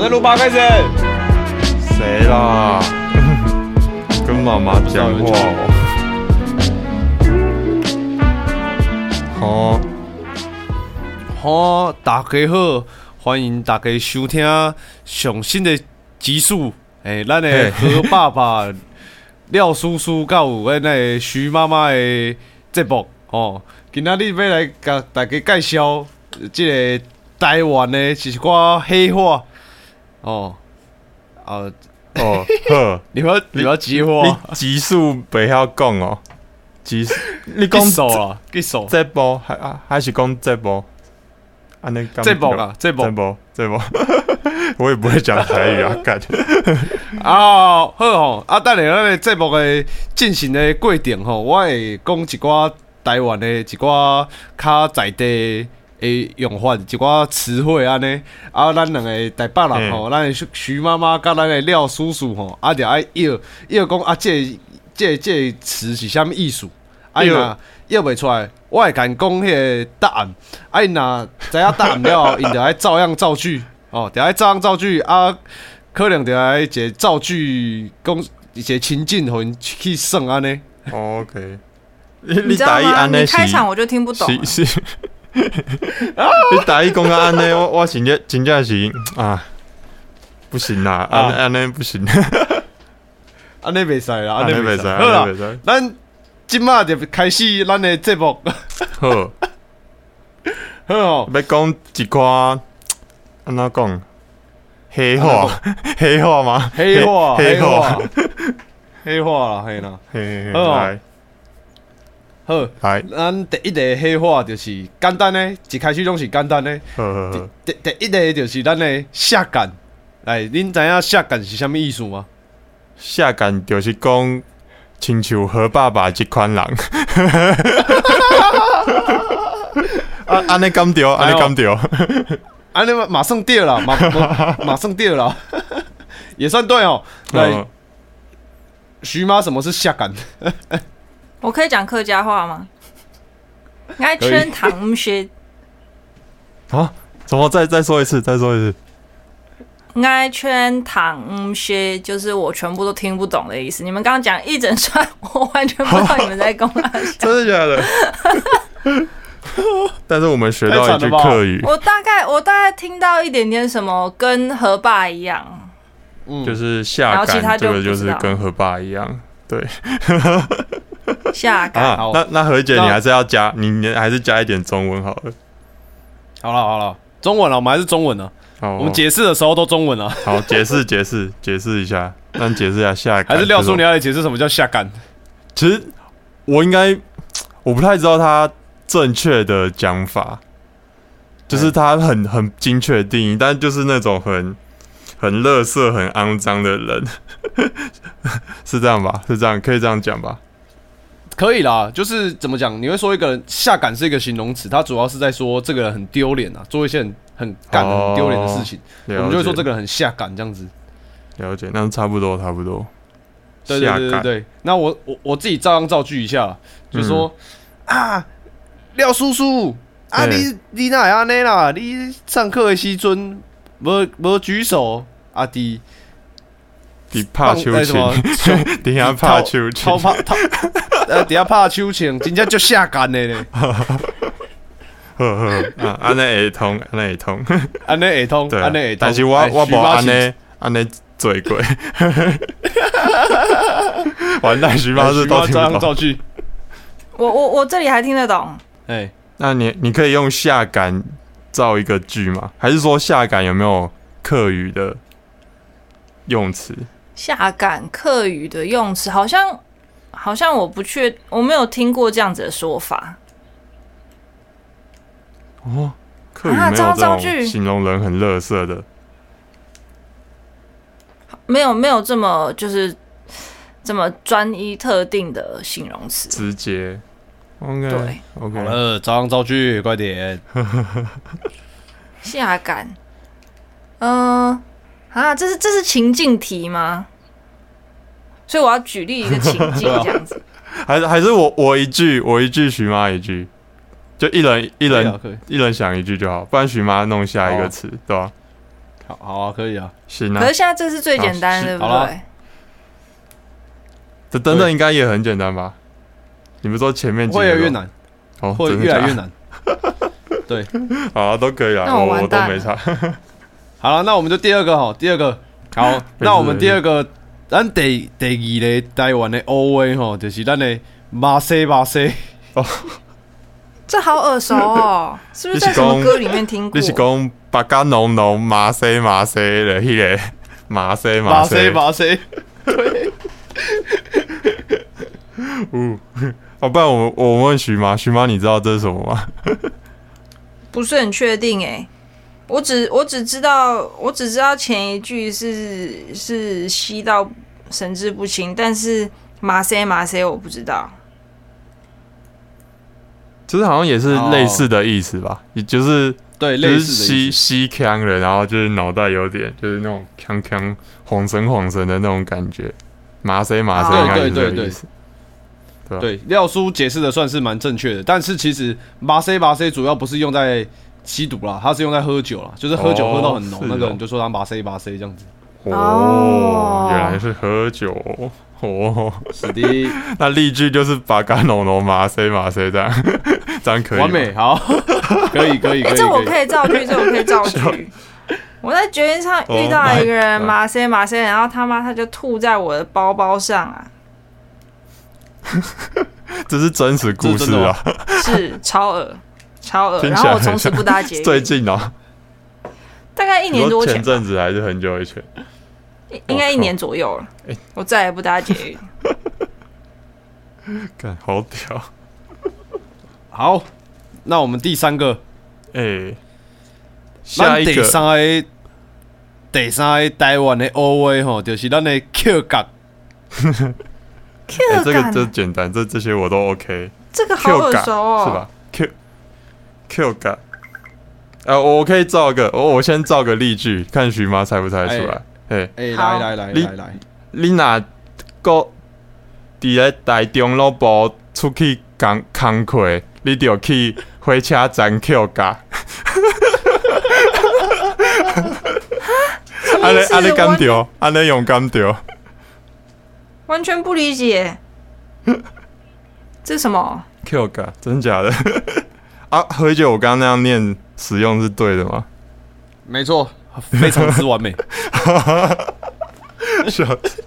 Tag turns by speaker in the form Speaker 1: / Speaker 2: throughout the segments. Speaker 1: 们录吧，开始。
Speaker 2: 谁 啦？跟妈妈讲话哦。好，
Speaker 1: 好、大家好，欢迎大家收听上新的集数。诶、咱的何爸爸、廖叔叔，甲有咱的徐妈妈的节目哦。今仔日要来甲大家介绍即个台湾的一寡黑话哦。啊，
Speaker 2: 哦，呵，
Speaker 1: 你们要你们要
Speaker 2: 你
Speaker 1: 接话，
Speaker 2: 集数不要讲哦，集数你
Speaker 1: 举
Speaker 2: 讲
Speaker 1: 手啊，举手。
Speaker 2: 这波还啊还是讲这波？啊，那
Speaker 1: 这波啦，这
Speaker 2: 这
Speaker 1: 波
Speaker 2: 波这 波，我也不会讲台语啊，干。
Speaker 1: 啊，好吼，啊，等下咱的节目的进行的过程吼，我会讲一寡台湾的一寡较在地的用法，一寡词汇安尼。啊，咱两个台北人吼，咱的徐徐妈妈甲咱的廖叔叔吼，啊，着爱要要讲啊，这个这个这个词是啥物意思？啊，伊
Speaker 2: 对
Speaker 1: 若要袂出来，我会甲因讲迄个答案。啊，因若知影答案了 后，因着爱照样造句哦，着爱照样造句啊，可能着爱一个造句讲一个情境，互因去算安尼。
Speaker 2: OK，你
Speaker 3: 你
Speaker 2: 你
Speaker 3: 知道
Speaker 2: 打一
Speaker 3: 吗？
Speaker 2: 安
Speaker 3: 你
Speaker 2: 内
Speaker 3: 开场我就听不懂啊了，
Speaker 2: 是是，你打一讲到安尼，我我真正真正是啊，不行啦，
Speaker 1: 啊
Speaker 2: 安安尼不行，
Speaker 1: 安尼袂使啦，
Speaker 2: 安
Speaker 1: 安
Speaker 2: 尼
Speaker 1: 尼
Speaker 2: 袂
Speaker 1: 袂
Speaker 2: 使，
Speaker 1: 使。好啦
Speaker 2: 安尼，袂使。
Speaker 1: 咱即马就开始咱的节目，
Speaker 2: 好，
Speaker 1: 好吼。
Speaker 2: 要讲一寡安怎讲？黑话，黑话吗？
Speaker 1: 黑话，
Speaker 2: 黑
Speaker 1: 黑
Speaker 2: 话
Speaker 1: 话，， 黑话啦，嘿啦。
Speaker 2: 嘿嘿
Speaker 1: 好啊
Speaker 2: 来
Speaker 1: 好，
Speaker 2: 来，
Speaker 1: 咱第一个黑话就是简单诶，一开始拢是简单诶。
Speaker 2: 好好好，
Speaker 1: 第第一个就是咱的下感，来，恁知影下感是啥物意思吗？
Speaker 2: 下感就是讲。亲像何爸爸即款人，啊，安尼敢着，安尼敢着，
Speaker 1: 安尼嘛马上对了，马马马上对了， 也算对哦。来，
Speaker 2: 嗯
Speaker 1: 徐妈，什么是下感？
Speaker 3: 我可以讲客家话吗？爱
Speaker 1: 可以
Speaker 3: 圈糖学，
Speaker 2: 啊，怎么再再说一次，再说一次？
Speaker 3: 爱圈糖学，就是我全部都听不懂的意思。你们刚刚讲一整串，我完全不知道你们在 讲啥。
Speaker 2: 真的假的？但是我们学到一句
Speaker 1: 太惨了吧
Speaker 2: 客语，
Speaker 3: 我大概我大概听到一点点什么，跟河爸一样，
Speaker 1: 嗯，
Speaker 2: 就是下
Speaker 3: 然后其他
Speaker 2: 感，这
Speaker 3: 就
Speaker 2: 个就
Speaker 3: 不知
Speaker 2: 是
Speaker 3: 道
Speaker 2: 跟河爸一样。对
Speaker 3: 下岗。
Speaker 2: 啊
Speaker 1: 嗯好，
Speaker 2: 那那何姐，
Speaker 1: 那
Speaker 2: 你还是要加，你你还是加一点中文好了。
Speaker 1: 好了好了，中文了，啊我们还是中文了。
Speaker 2: 好，
Speaker 1: 我们解释的时候都中文啊了，
Speaker 2: 好解释解释解释一下，那你解释一下下感。
Speaker 1: 还是廖叔你
Speaker 2: 这种
Speaker 1: 要来解释什么叫下感？
Speaker 2: 其实我应该我不太知道他正确的讲法，
Speaker 1: 嗯
Speaker 2: 就是他很很精确的定义，但就是那种很很乐色、很肮脏的人， 是这样吧？是这样，可以这样讲吧？
Speaker 1: 可以啦，就是怎么讲？你会说一个人下感是一个形容词，它主要是在说这个人很丢脸啊，做一些很很干、
Speaker 2: 哦
Speaker 1: 很丢脸的事情，我
Speaker 2: 了
Speaker 1: 们
Speaker 2: 解，
Speaker 1: 就会说这个人很下感这样子。
Speaker 2: 了解，那差不多，差不多。
Speaker 1: 对对对
Speaker 2: 下
Speaker 1: 对
Speaker 2: 感，
Speaker 1: 对，那我我我自己照样造句一下，就说、
Speaker 2: 嗯
Speaker 1: 啊，廖叔叔啊，
Speaker 2: 嘿
Speaker 1: 你你哪会安尼啦？你上课的时阵无无举手啊？伫
Speaker 2: 你怕秋
Speaker 1: 放哎什么
Speaker 2: 千， 你下怕秋千
Speaker 1: 偷，拍偷呃，底下拍手枪，真正足下干 的咧，
Speaker 2: 呵呵，啊，安尼会通，安尼会通，
Speaker 1: 安尼会通，
Speaker 2: 对啊
Speaker 1: 安尼会。通。
Speaker 2: 但是我
Speaker 1: 哎
Speaker 2: 我
Speaker 1: 徐
Speaker 2: 无
Speaker 1: 妈
Speaker 2: 安
Speaker 1: 是
Speaker 2: 尼安尼做过。 完蛋，徐妈是
Speaker 1: 哎徐
Speaker 2: 都
Speaker 1: 妈
Speaker 2: 听
Speaker 1: 照
Speaker 2: 不
Speaker 1: 样
Speaker 2: 懂。
Speaker 1: 造句，
Speaker 3: 我我我这里还听得懂，
Speaker 1: 哎，
Speaker 2: 那你你可以用下感造一个句吗？还是说下感有没有客语的用词？
Speaker 3: 下岗客语的用词好像好像我不确，我没有听过这样子的说法。
Speaker 2: 哦，客语
Speaker 3: 啊
Speaker 2: 没
Speaker 3: 这
Speaker 2: 有
Speaker 3: 样
Speaker 2: 这
Speaker 3: 造
Speaker 2: 种
Speaker 3: 句
Speaker 2: 形容人很乐色的。
Speaker 3: 没有没有这么就是这么专一特定的形容词。
Speaker 2: 直接。OK，
Speaker 3: 对
Speaker 2: o
Speaker 1: 好
Speaker 2: k
Speaker 1: 了，照样造句，快点。
Speaker 3: 下感，嗯、啊，这是这是情境题吗？所以我要举例一个情境这样子。
Speaker 2: 还是还是我我一句，我一句，徐妈一句，就一人一
Speaker 1: 一
Speaker 2: 人、
Speaker 1: 啊可以。
Speaker 2: 一人想一句就好，不然徐妈弄下一个词，对吧、
Speaker 1: 好好啊，可以啊。
Speaker 2: 行
Speaker 3: 可
Speaker 2: 啊
Speaker 3: 是，现在这是最简单，
Speaker 2: 好
Speaker 3: 对不
Speaker 1: 好
Speaker 3: 对
Speaker 1: 啦？
Speaker 2: 这等等应该也很简单吧？你们说前面几个
Speaker 1: 会越来越
Speaker 2: 都，
Speaker 1: 难，
Speaker 2: 哦，
Speaker 1: 会
Speaker 2: 真的
Speaker 1: 越
Speaker 2: 假
Speaker 1: 来
Speaker 2: 的
Speaker 1: 越。难。对，
Speaker 2: 好啊，都可以啊，
Speaker 3: 那我
Speaker 2: 我
Speaker 3: 完
Speaker 2: 都
Speaker 3: 蛋
Speaker 2: 没
Speaker 3: 了
Speaker 2: 差。
Speaker 1: 好了，那我们就第二个哈，第二个 好，那我们第二个，咱第第二个台湾的 O A 吼，就是咱的马西马西，
Speaker 3: 这好耳熟哦，是不是
Speaker 2: 这
Speaker 3: 在
Speaker 2: 是
Speaker 3: 什么
Speaker 2: 讲
Speaker 3: 歌里面 听过
Speaker 2: 你？是讲八嘎浓浓麻西麻西的迄个 麻西麻
Speaker 1: 马
Speaker 2: 西
Speaker 1: 西，马西，
Speaker 2: 哦，不然我我问徐妈，徐妈你知道这是什么吗？
Speaker 3: 不是很确定哎，我只我只知道我只知道前一句是是吸到神志不清，但是麻塞麻塞我不知道。
Speaker 2: 就是好像也是类似的意思吧，也就是
Speaker 1: 对，
Speaker 2: 就
Speaker 1: 哦类
Speaker 2: 是
Speaker 1: 似的意
Speaker 2: 吸
Speaker 1: 思。
Speaker 2: 吸腔了，然后就是脑袋有点就是那种腔腔晃神晃神的那种感觉，麻塞麻塞
Speaker 3: 哦
Speaker 2: 应该是这
Speaker 1: 对对
Speaker 2: 个意
Speaker 1: 对
Speaker 2: 思。吧
Speaker 1: 对，廖叔解释的算是蛮正确的，但是其实马西马西主要不是用在吸毒啦，它是用在喝酒啦，就是喝酒
Speaker 2: 哦
Speaker 1: 喝到很浓，
Speaker 2: 是
Speaker 1: 那个
Speaker 2: 哦
Speaker 1: 人就说他马西马西这样子。
Speaker 2: 哦
Speaker 3: 哦，
Speaker 2: 原来是喝酒哦。
Speaker 1: 是的，
Speaker 2: 那例句就是把干浓浓麻塞麻塞这样， 这样可以吗
Speaker 1: 完美，好，哦 可以可以可
Speaker 3: 哎、
Speaker 1: 以。
Speaker 3: 这我
Speaker 1: 以。
Speaker 3: 可以造 句，这我可以造句。我在捷运上遇到一个人
Speaker 2: 哦
Speaker 3: 麻塞麻塞，然后他妈他就吐在我的包包上啊，
Speaker 2: 这是真实故
Speaker 1: 这
Speaker 2: 事
Speaker 1: 真的
Speaker 2: 啊
Speaker 1: 吗。
Speaker 3: 是超恶超恶。
Speaker 2: 听起来
Speaker 3: 然后我从此不搭 捷
Speaker 2: 最
Speaker 3: 运，
Speaker 2: 近啊，
Speaker 3: 大概一
Speaker 2: 你
Speaker 3: 年
Speaker 2: 说
Speaker 3: 多
Speaker 2: 前
Speaker 3: 前，
Speaker 2: 阵子还是很久以前，
Speaker 3: 应应该一年左右了
Speaker 2: 哎。
Speaker 3: 我再也不搭捷运。
Speaker 2: 干好屌，
Speaker 1: 好，那我们第三个，
Speaker 2: 哎、下
Speaker 1: 咱
Speaker 2: 一
Speaker 1: 第
Speaker 2: 个
Speaker 1: 三个第三个台湾的 O A 吼，就是咱的 Q
Speaker 2: 哎、
Speaker 1: 角。
Speaker 3: Q
Speaker 2: 这个
Speaker 3: 感，啊
Speaker 2: 这简单，这这些我都 OK。
Speaker 3: 这个好
Speaker 2: Q
Speaker 3: 耳
Speaker 2: 感
Speaker 3: 熟哦，
Speaker 2: 是吧？Q Q 感，啊，我可以造个，我我先造个例句，看徐妈猜不猜得出来。哎，
Speaker 1: 哎、
Speaker 3: 好
Speaker 1: 来来来
Speaker 2: 你
Speaker 1: 来来，
Speaker 2: 你若个伫咧台中路步出去工工课，你就去火车站 Q 感。
Speaker 3: 什么
Speaker 2: 安尼
Speaker 3: 意思？
Speaker 2: 安尼敢
Speaker 3: 完
Speaker 2: 着，安尼用敢着，
Speaker 3: 完全不理解， 这是什么？
Speaker 2: Q 感，真假的？ 啊，何姐，我刚刚那样念使用是对的 吗？
Speaker 1: 没错，非常之完美。
Speaker 2: 笑死。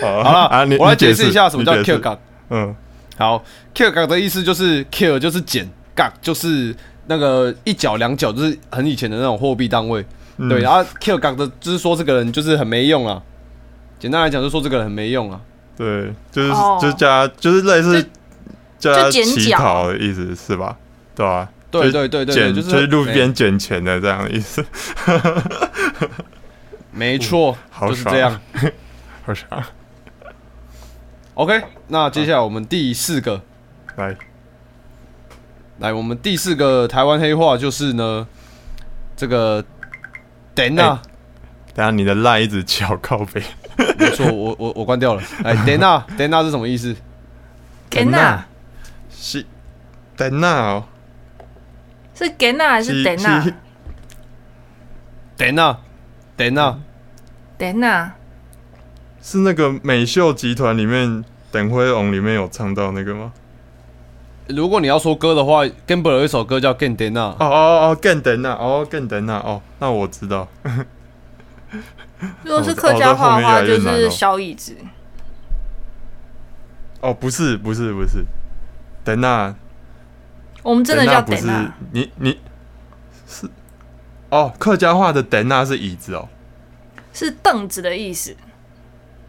Speaker 2: 好
Speaker 1: 好了、
Speaker 2: 啊， 你
Speaker 1: 我来
Speaker 2: 你
Speaker 1: 解
Speaker 2: 解
Speaker 1: 释一下什么叫
Speaker 2: 你解
Speaker 1: Q
Speaker 2: 释
Speaker 1: 角。
Speaker 2: 嗯，
Speaker 1: 好，Q 角的意思就是 Q 就是剪，角就是那个一角两角，就是很以前的那种货币单位。
Speaker 2: 嗯
Speaker 1: 对，然后 Q 角的就是说这个人就是很没用啊。简单来讲，就说这个人很没用啊。
Speaker 2: 对，就是
Speaker 3: 哦
Speaker 2: 就加就是类似加
Speaker 3: 就剪
Speaker 2: 乞
Speaker 3: 脚
Speaker 2: 讨的意思是吧？对吧？
Speaker 1: 对
Speaker 2: 就
Speaker 1: 对对对对，
Speaker 2: 捡
Speaker 1: 就
Speaker 2: 就是是路边捡钱的这样的意思，
Speaker 1: 没，没错，
Speaker 2: 嗯好
Speaker 1: 就是
Speaker 2: 爽
Speaker 1: 这样。
Speaker 2: 好像
Speaker 1: OK，那接下来我们第四个，
Speaker 2: 来
Speaker 1: 来，我们第四个台湾黑话就是呢，这个等
Speaker 2: 哎
Speaker 1: 啊，
Speaker 2: 等下你的赖一直翘靠背，
Speaker 1: 没错，我我我关掉了。哎，等啊，等啊是什么意思？
Speaker 3: Genna
Speaker 2: 是等下哦，
Speaker 3: 是 Genna 还是 Dena？
Speaker 1: 等啊，等啊，
Speaker 2: 嗯
Speaker 3: Dena
Speaker 2: 是那个美秀集团里面等辉翁里面有唱到那个吗？
Speaker 1: 如果你要说歌的话 g a m b l e 有一首歌叫《Gan d e n a
Speaker 2: 哦哦哦，更等啊，哦更等啊，哦，那我知道。
Speaker 3: 如果是客家话的
Speaker 2: 哦这后面越来
Speaker 3: 话，就
Speaker 2: 越难哦
Speaker 3: 是小椅子。
Speaker 2: 哦，不是不是不是，等那
Speaker 3: 我们真的
Speaker 2: 哎等那
Speaker 3: 叫啊
Speaker 2: 不是
Speaker 3: Dena，
Speaker 2: 你你是哦，客家话的等那是椅子哦，
Speaker 3: 是凳子的意思。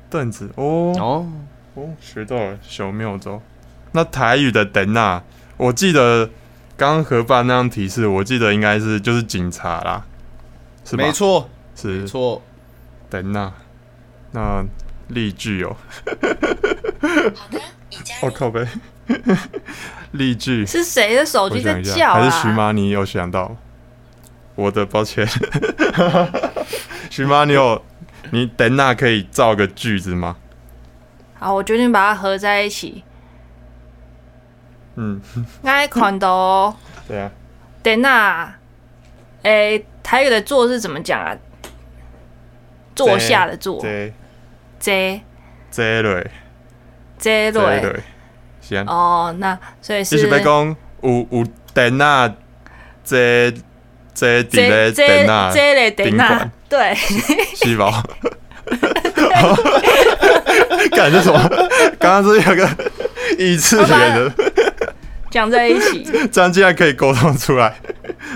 Speaker 2: 凳子哦
Speaker 1: 哦，
Speaker 2: 哦，学到了小妙招。那台语的等那，我记得刚刚何爸那样提示，我记得应该是就是警察啦，是吧？
Speaker 1: 没，错，没
Speaker 2: 是
Speaker 1: 错。
Speaker 2: 等那那例句哦，
Speaker 4: 好的，已加
Speaker 2: 我、
Speaker 4: 入
Speaker 2: 哦靠 呗，例句。
Speaker 3: 是谁的手
Speaker 2: 我
Speaker 3: 机
Speaker 2: 想
Speaker 3: 在
Speaker 2: 一
Speaker 3: 叫
Speaker 2: 下，还是徐
Speaker 3: 啊？
Speaker 2: 妈你有想到？我的抱歉， 徐妈你有你等那可以造个句子吗？
Speaker 3: 好，我决定把它合在一起。
Speaker 2: 嗯，
Speaker 3: 爱看到
Speaker 2: 对啊，
Speaker 3: 啊 Dena，诶，读台语的坐是怎么讲啊？坐下的坐，
Speaker 2: 这
Speaker 3: 这
Speaker 2: 这类
Speaker 3: 这
Speaker 2: 这
Speaker 3: 类。
Speaker 2: 类，行，
Speaker 3: 哦，那所以
Speaker 2: 这是
Speaker 3: 是
Speaker 2: 要讲有有电啊，这这伫
Speaker 3: 这
Speaker 2: 咧
Speaker 3: 这
Speaker 2: 电啊，
Speaker 3: 这类等
Speaker 2: 宾
Speaker 3: 那
Speaker 2: 馆
Speaker 3: 对，
Speaker 2: 是吧？感觉什么？刚刚是有个异次元的，
Speaker 3: 讲在一起。
Speaker 2: 这样竟然可以沟通出来，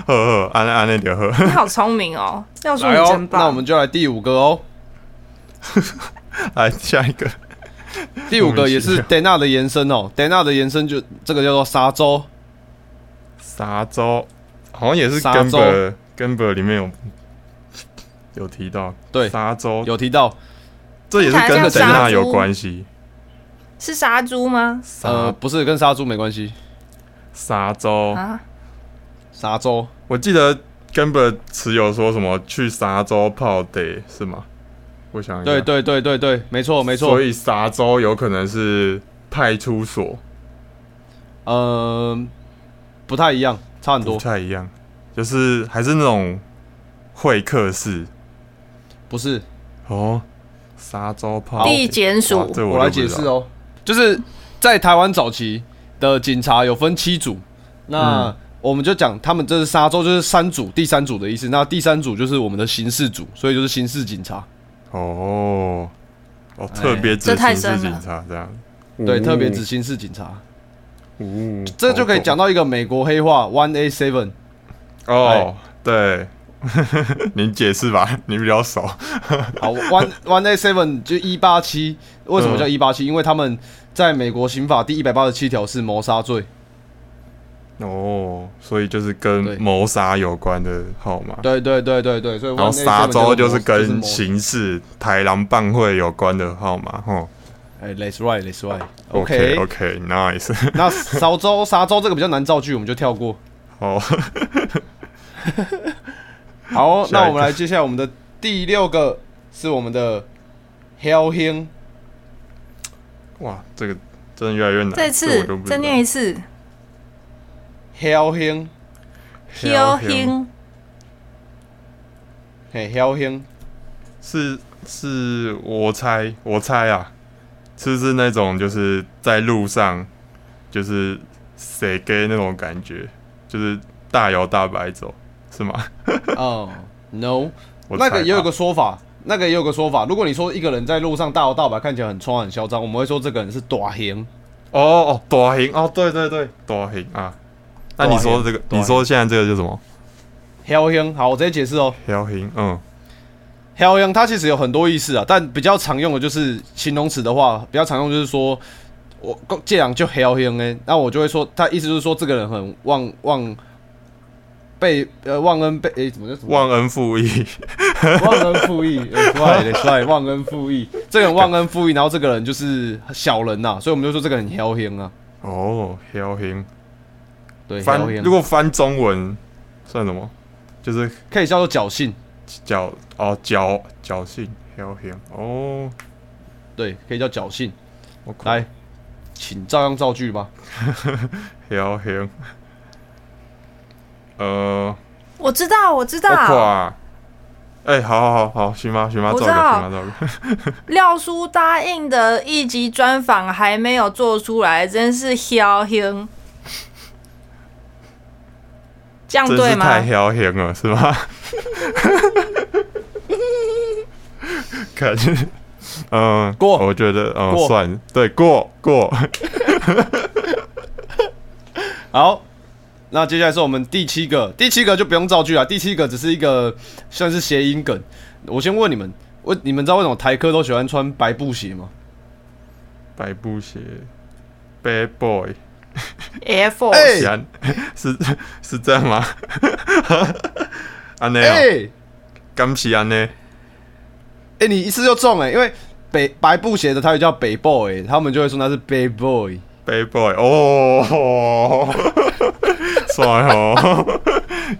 Speaker 2: 呵呵，安内安内就呵。
Speaker 3: 你好聪明哦，要说
Speaker 1: 来
Speaker 3: 你
Speaker 1: 哦
Speaker 3: 真，棒。
Speaker 1: 那我们就来第五个哦。
Speaker 2: 来下一个，
Speaker 1: 第五个也
Speaker 2: 莫
Speaker 1: 是
Speaker 2: 名
Speaker 1: Dana 的延伸哦，Dana 的延伸就这个叫做沙洲，
Speaker 2: 沙洲好像也是
Speaker 1: 沙
Speaker 2: 根
Speaker 1: 洲
Speaker 2: 本根本里面有有提到，
Speaker 1: 对
Speaker 2: 沙洲
Speaker 1: 有提到，
Speaker 2: 这也是
Speaker 3: 听起来
Speaker 2: 跟
Speaker 1: 像
Speaker 2: 等
Speaker 1: 沙
Speaker 2: 纳有
Speaker 3: 猪
Speaker 2: 关系。
Speaker 3: 是杀猪吗？
Speaker 1: 呃，
Speaker 2: 沙
Speaker 1: 不是跟杀猪没关系，
Speaker 2: 沙洲，
Speaker 3: 啊，
Speaker 1: 沙洲
Speaker 2: 我记得根本持有说什么去沙洲泡 day 是吗？我想一下
Speaker 1: 对对对对对，没错没错
Speaker 2: 所，以沙洲有可能是派出所，
Speaker 1: 呃，不太一样，差很
Speaker 2: 不
Speaker 1: 多，
Speaker 2: 太一样，就是还是那种会客室
Speaker 1: 不是，
Speaker 2: 哦。沙洲泡
Speaker 3: 地检署
Speaker 2: 哇这
Speaker 1: 我
Speaker 2: 就
Speaker 1: 来
Speaker 2: 不知
Speaker 1: 解释
Speaker 2: 道。
Speaker 1: 哦，就是在台湾早期的警察有分七组，那
Speaker 2: 嗯
Speaker 1: 我们就讲他们这是沙洲，就是三组，第三组的意思。那第三组就是我们的刑事组，所以就是刑事警察，
Speaker 2: 哦，哦，特别
Speaker 3: 这
Speaker 2: 执
Speaker 3: 太
Speaker 2: 行
Speaker 3: 深
Speaker 2: 是
Speaker 3: 了
Speaker 2: 警察这样，
Speaker 1: 哎对，特别指
Speaker 2: 行。
Speaker 1: 刑事警察，
Speaker 2: 哦
Speaker 1: 这就可以讲到一个美国黑话 One A Seven。哎
Speaker 2: 哦，对， 您解释吧，你比较熟。
Speaker 1: 好，One One A Seven 就一八七，为什么
Speaker 2: 嗯
Speaker 1: 叫一八七？因为他们在美国刑法第一百八十七条是谋杀罪。
Speaker 2: 哦，所以就是跟
Speaker 1: 对
Speaker 2: 谋杀有关的号码。
Speaker 1: 对对对对对，所以
Speaker 2: 然后
Speaker 1: 1A7
Speaker 2: 沙洲
Speaker 1: 就
Speaker 2: 就是跟
Speaker 1: 谋
Speaker 2: 刑事台狼办会有关的号码，吼。
Speaker 1: 哎，Let's right，Let's right。
Speaker 2: OK OK Nice，
Speaker 1: 那沙洲沙洲这个比较难造句，我们就跳过。
Speaker 2: 哦，
Speaker 1: 好，
Speaker 2: 下一个
Speaker 1: 那我们来接下来我们的第六个是我们的 Hell h i n
Speaker 2: 哇，这个真的越来越难。
Speaker 3: 再
Speaker 2: 这
Speaker 3: 次
Speaker 2: 我就不知道
Speaker 3: 再念一次
Speaker 1: Hell h i n
Speaker 3: h e
Speaker 2: 哦
Speaker 3: l h i n
Speaker 1: 嘿，Hell h i n
Speaker 2: 是是，我猜我猜啊，是不是那种就是在路上就是谁给那种感觉，就是大摇大摆走，是吗？
Speaker 1: 哦，No，
Speaker 2: 我
Speaker 1: 那个
Speaker 2: 猜啊
Speaker 1: 也有
Speaker 2: 吧
Speaker 1: 个说法，那个也有个说法，如果你说一个人在路上大摇大摆，看起来很冲很嚣张，我们会说这个人是短行。
Speaker 2: 哦哦，短型哦，对对对，短型啊。那你说这个，
Speaker 1: 短型
Speaker 2: 你说现在这个叫什么？
Speaker 1: Hell h i n 好，我直接解释哦。
Speaker 2: 彪型，嗯，
Speaker 1: Hell h i n 它其实有很多意思啊，但比较常用的就是形容词的话，比较常用就是说。我这样就 hell h i n 哎，那我就会说，他意思就是说这个人很忘忘被呃忘恩被哎、怎么叫什 么
Speaker 2: 忘恩负义，
Speaker 1: 忘恩负义，呃帅的帅，忘恩负义，这个人忘恩负义，然后这个人就是小人呐、所以我们就说这个人很彪形啊，
Speaker 2: 哦，彪型。
Speaker 1: 对，
Speaker 2: 翻
Speaker 1: 彪形
Speaker 2: 如果翻中文算什么？就是
Speaker 1: 可以叫做侥幸，
Speaker 2: 侥哦侥侥幸，彪型哦。
Speaker 1: 对，可以叫侥幸。
Speaker 2: 我靠
Speaker 1: 来，请照样造句吧。
Speaker 2: 彪型。 呃，
Speaker 3: 我知道，我知
Speaker 2: 我
Speaker 3: 道，
Speaker 2: 靠！哎，好好好好，行吧行吧，
Speaker 3: 我
Speaker 2: 照
Speaker 3: 知
Speaker 2: 个行吧照
Speaker 3: 道
Speaker 2: 个。
Speaker 3: 廖叔答应的一集专访还没有做出来，真是 h e l h i n 这样
Speaker 2: 真
Speaker 3: 对
Speaker 2: 是
Speaker 3: 吗
Speaker 2: 太？彪型了，是吗？ 感觉，嗯，
Speaker 1: 过
Speaker 2: 我觉得，嗯，
Speaker 1: 过
Speaker 2: 算，对，过过，
Speaker 1: 好，那接下来是我们第七个，第七个就不用造句了，第七个只是一个算是谐音梗。我先问你们，问你们知道为什么台科都喜欢穿白布鞋吗？
Speaker 2: 白布鞋，bad boy，
Speaker 3: Air Force，、
Speaker 1: 哎
Speaker 2: 是啊 是是这样吗？ 安内
Speaker 1: 哎、
Speaker 2: 哦，刚是安内，
Speaker 1: 哎、你一次就中哎、因为北白布鞋的台语叫北 boy，他们就会说那是北 boy。
Speaker 2: bad boy，哦， 算哦，